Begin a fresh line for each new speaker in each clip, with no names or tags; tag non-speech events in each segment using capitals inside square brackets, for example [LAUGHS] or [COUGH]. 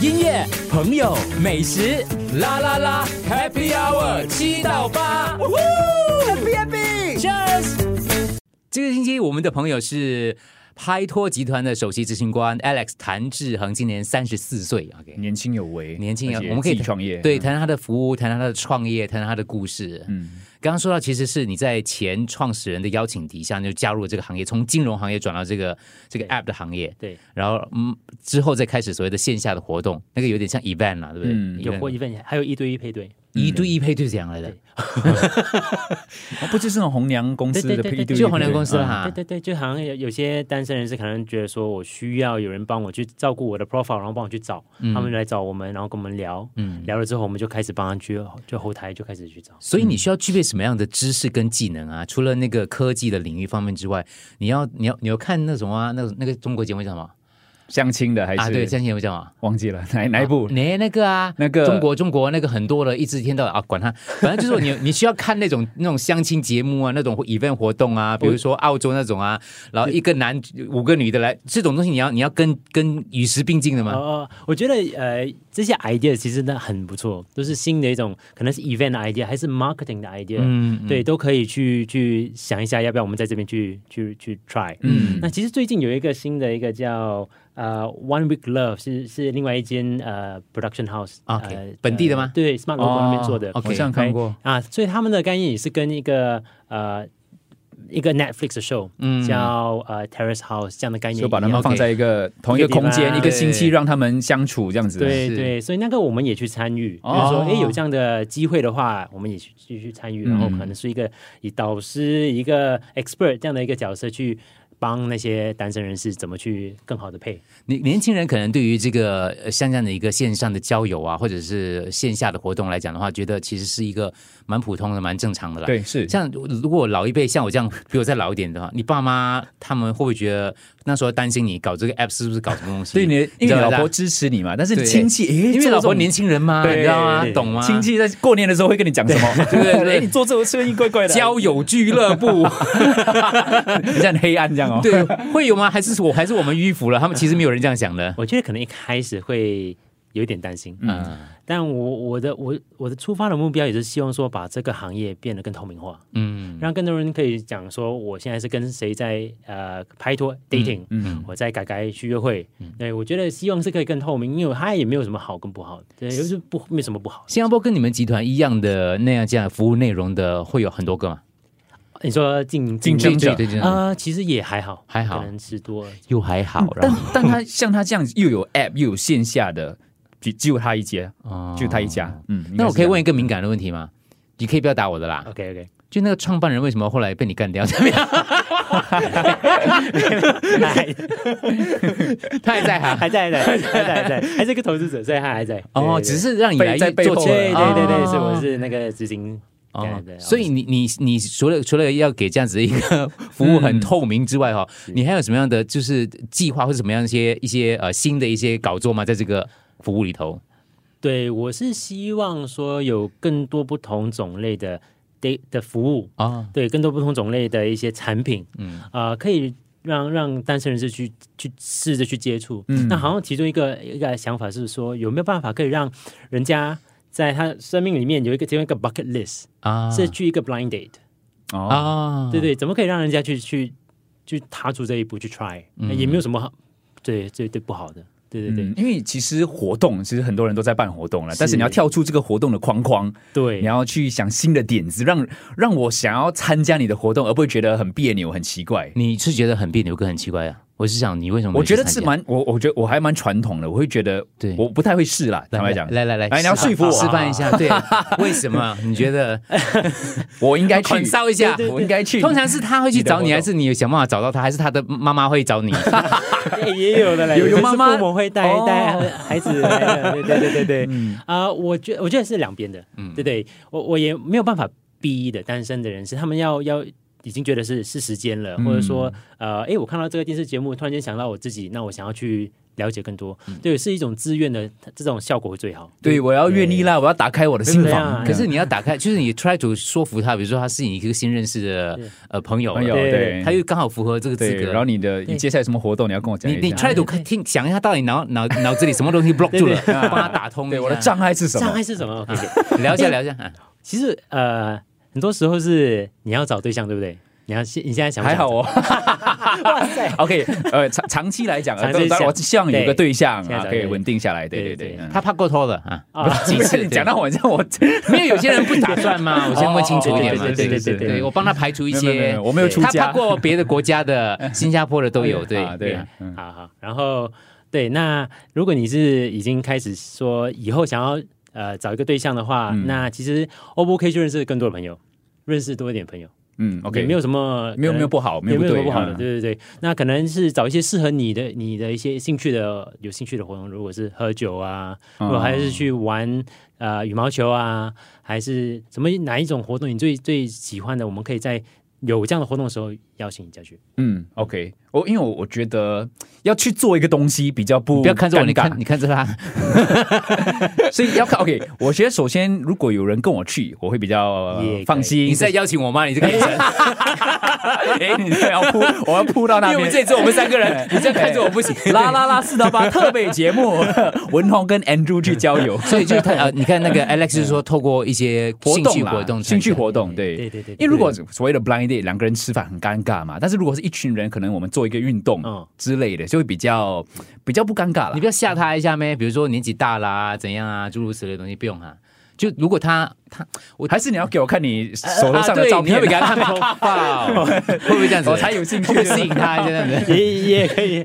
音乐、朋友、美食，啦啦啦，Happy Hour 七到八，Happy Happy，Cheers。这个星期我们的朋友是拍拖集团的首席执行官 Alex 谭志恒，今年三十四岁，OK。
年轻有为，
年轻人
而，且
我们可以
自己
谈
创业，
对，，谈谈他的服务，谈谈他的创业，谈谈他的故事。
嗯，
刚刚说到，其实是你在前创始人的邀请底下，就加入了这个行业，从金融行业转到这个这个 App 的行业，
对，
然后嗯，之后再开始所谓的线下的活动，那个有点像 event 啦，对不对？
嗯
有
event
过一份，还有一对一配对，
一对一配对是怎样来的？
哦不就是那种红娘公司
对
的
对对
配
对
对，
就红娘公司
嗯
哈
对，对对，就好像有有些单身人士可能觉得说，我需要有人帮我去照顾我的 profile，然后帮我去找，
嗯
他们来找我们，然后跟我们聊，
嗯，
聊了之后，我们就开始帮他去就后台就开始去找。
所以你需要具备什么样的知识跟技能啊？除了那个科技的领域方面之外，你要你要你要看那什么啊？那个那个中国节目叫什么
相亲的还
啊？对，啊
是
相亲节目叫什么？
忘记了哪哪一部？
你那个啊，
那个
中国中国那个很多的，一直一天到晚啊，管他，反正就是你你需要看那种那种相亲节目啊，那种 event 活动啊，比如说澳洲那种啊，然后一个男五个女的来，这种东西你要你要跟跟与时并进的
哦
吗？
哦，我觉得呃，这些 idea 其实那很不错，都是新的一种，可能是 event 的 idea，还是 marketing 的 idea，、
嗯，
对，都可以去去想一下，要不要我们在这边去去去 try。
嗯
那其实最近有一个新的一个叫呃 One Week Love，是是另外一间呃 production house，
OK，
呃
啊本地的吗
呃对，Smart Local 那边做的
哦，OK
好像看过，
啊，所以他们的概念也是跟一个呃一个 Netflix 的 show，
嗯
叫呃 Terrace House 这样的
哎
概念一
就
样，
把他们放在一个同一个空
一个地
间，
方
一个星期
对
让他们相处这样子。
对
是
对，所以那个我们也去参与，就
哦
是说，哎，有这样的机会的话，我们也去继续参与，然后
嗯
可能是一个以导师、一个 expert 这样的一个角色去帮那些单身人士怎么去更好的配。
年年轻人可能对于这个呃像这样的一个线上的交友啊，或者是线下的活动来讲的话，觉得其实是一个蛮普通的、蛮正常的啦。
对，是
像如果老一辈像我这样比我再老一点的话，你爸妈他们会不会觉得那时候担心你搞这个 app 是不是搞什么东西？
对，你的因
知道
为你老
吧
婆支持你嘛，但是
对
亲戚，诶
因为老婆年
轻，
轻人嘛，
对
你知道吗？
对对
懂吗？
亲戚在过年的时候会跟你讲什么？对
对对 [LAUGHS]
诶你做这个生意怪怪的，
交友俱乐
[LAUGHS]
部，
很像黑暗这样哦。
对，会有吗？还是我还是我们迂腐了？他们其实没有人这样想的。
我觉得可能一开始会有一点担心，
嗯，
但我我的我我的出发的目标也是希望说把这个行业变得更透明化，
嗯，
让更多人可以讲说我现在是跟谁在呃拍拖 dating，、
嗯，
我在改改去约会。对，我觉得希望是可以更透明，因为它也没有什么好跟不好，对，又是不没什么不好。
新加坡跟你们集团一样的那样这样服务内容的会有很多个嘛？
你说竞
竞争者
对对对，
啊、其实也还好，
还好
可能吃多了。
又还好，然
但
后
但他像他这样子又有 app 又有线下的，只只有他一家，
哦
就他一家。嗯，应该
那我
是
可以
这样嗯
问一个敏感的问题吗？你可以不要打我的啦。
OK OK，
就那个创办人为什么后来被你干掉？怎么样？ [LAUGHS] 他还在
[LAUGHS]
哈？
还在还在还在还在，还是个投资者，所以他还在。对
哦，只是让你来
被在背
做
后
对
起
对对对对，
哦
是我是那个执行。
哦
对对，对
所以你你你除了除了要给这样子的一
[LAUGHS]
个服务很透明之
嗯
外哈、哦你还有什么样的就是计划或者什么样一些一些呃新的一些搞作吗？在这
嗯
个服务里头，
对，我是希望说有更多不同种类的 d 的服务，
哦
啊，
对更多不同种类的一些产品，
嗯
嗯，啊，可以让让单身人士去去试着去接触。嗯，那好像其中一个一个想法是说，有没有办法可以让人家在他生命里面有一个其中一个 bucket list，、
啊
是去一个 blind date，、
哦，
啊，
对对，怎么可以让人家去去去踏出这一步去 try，、也没有什么好，对对对不好的，对对对、
嗯，因为其实活动其实很多人都在办活动了，但是
是
你要跳出这个活动的框框，
对
你。要去想新的点子，让让我想要参加你的活动，而不会觉得很别扭、很奇怪。
你是觉得很别扭跟很奇怪啊？我是想你为什么没
我
有去
觉
参
得
加？
是蛮我，我觉得我还蛮传统的，我会觉得，
对
我不太会试啦。坦白讲，
来来来，
来你要
示范
说服我
示范一下，
[LAUGHS]
对，为什么你觉得
我应该
捆
去，
烧一下？
我应该去。
通常是他会去找你，
你的活动
还是你有想办法找到他，还是他的妈妈会找你？
欸也有的嘞，
有有
时
妈妈
父母会带
哦
带孩子来的，对对对对对，啊，我觉我觉得是两边的，对对，我我也没有办法逼的单身的人是他们要要。已经觉得是是时间了，或者说，呃，哎，我看到这个电视节目，突然间想到我自己，那我想要去了解更多。对，是一种自愿的，这种效果会最好。
对，我要愿意啦，我要打开我的心
对
房
啊。
可是你要打开，就是你 try to 说服他，比如说他是你一个新认识的
对
呃朋友了，
朋友
对
对，
他又刚好符合这个资
对，
格，
然后你的
对
你接下来有什么活动你要跟我讲
你
一下？哎
你 try to
对对
听想一下，到底脑 [LAUGHS] 脑脑子里什么东西 block 住了，
对
帮他打通一下。
啊对我的哎障碍是什
障
么
碍？是什么？OK，OK
聊一下聊一下，啊
其实呃，很多时候是你要找对象，对不对？你要现你现在想不
还
想
好哦。
找， [LAUGHS] 哇塞，
OK，呃，长长期来讲，呃
长期
当然我希望有个对象
对
啊，可以稳定下来。对对对，嗯
他怕过头了啊。
啊，
不 [LAUGHS] 是你讲到我像我，
没有，有些人不打算嘛， [LAUGHS] 我先问清楚一
哦
点嘛。
对对对对对
对，我帮他排除一
没有没有没
些
有，。我没有出
他
家
怕。过别的国家的，新加坡的都
[LAUGHS]
有，对
啊对，嗯
好好，然后对，那如果你是已经开始说以后想要呃找一个对象的话，
嗯
那其实 O 不 OK 就认识更多的朋友，认识多一点朋友
嗯
也
，OK，
没有什么
没有
可能
没有不好，
也
不
没有什么
对
不好的，
嗯
对对对。那可能是找一些适合你的、你的一些兴趣的、有兴趣的活动，如果是喝酒啊，
嗯
如果还是去玩呃羽毛球啊，还是什么哪一种活动你最最喜欢的，我们可以在有这样的活动的时候邀请你下去。
[LAUGHS] 嗯，OK，我因为我我觉得要去做一个东西比较不
不要看着我，
尴
你看
尬
你看着他，
[LAUGHS] 所以要看 OK。我觉得首先如果有人跟我去，我会比较呃
也可以
放心。
你是在邀请我吗？你这个 [LAUGHS] 眼神，
[LAUGHS] 哎，你这要扑，我要扑到
因
那
为我们
边。
这里只有我们三个 [LAUGHS] 人，你这样看着我不行。
啦啦啦，四到八特备节目，文宏跟 Andrew 去郊游，
[LAUGHS] 所以就是他呃，你看 [LAUGHS] 那个 Alex 是说透过一些
活
兴
动
趣
啦
活动，
兴趣活动，对
对对对对
因为如果所谓的 blind date，两个人吃饭很尴尬嘛，但是如果是一群人，可能我们做一个运动
嗯
之类的，就会比较比较不尴尬了
你。不要吓他一下咩？比如说年纪大啦、怎样啊，诸如此类的东西，不用哈、就如果他他
还是你要给我看你手头上的照片，
啊对你会不会给他看头发 [LAUGHS] 哦？会不会这样子？
我才有兴趣
会不会吸引他这样 [LAUGHS] 子。
也也可 [LAUGHS] 以，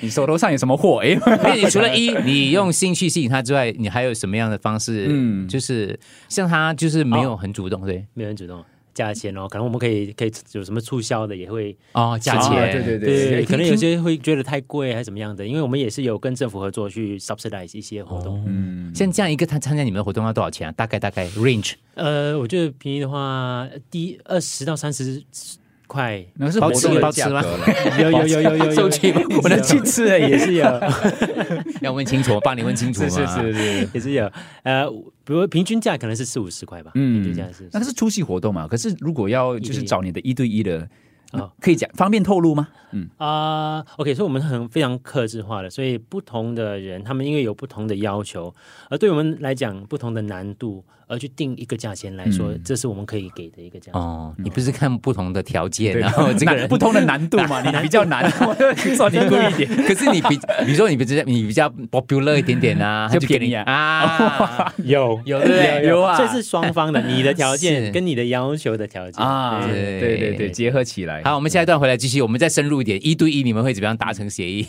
你手头上有什么货？哎，
因为你除了一，你用兴趣吸引他之外，你还有什么样的方式？嗯，
嗯
就是像他，就是没有很主动，对，
没有人主动价钱哦，可能我们可以可以有什么促销的也会，
哦，价钱，
啊对对
对，
对，
可能有些会觉得太贵还是怎么样的，因为我们也是有跟政府合作去 subsidize 一些活动。
嗯，像这样一个他参加你们的活动要多少钱啊？大概大概 range，
呃，我觉得便宜的话，第二十到三十块
那是
包
活
吃
动的
包吃
价格
吗 [LAUGHS]
了。
有有有有有有
受气吗？
我能去吃 [LAUGHS] 了
也
也是
是有
要问清楚，帮你问清楚嘛。
是是是是，
也是有，呃，比如平均价可能是四五十块吧，平均价是
那个是出席活动嘛？可是如果要就是找你的一对一的
哦，
可以讲方便透露吗？
啊、o k 所以我们很非常克制化的，所以不同的人他们因为有不同的要求，而对我们来讲不同的难度，而去定一个价钱来
嗯
说，这是我们可以给的一个价。
哦，你不是看不同的条
嗯
件，然后这个人
不同的难度嘛，你比较难，我做你故意一点。
可是你比，比如说你比较你比较 popular 一点点
[LAUGHS]
啊，他
就
就给
便宜
你
啊
啊，
[LAUGHS]
有
有对不对
有啊
这是双方的，你的条
是
[LAUGHS]
件跟你的要求的条件
啊，
对
对对对对，结合起来。
好，我们下一段回来继续，我们再深入一点，一对一你们会怎么样达成协议？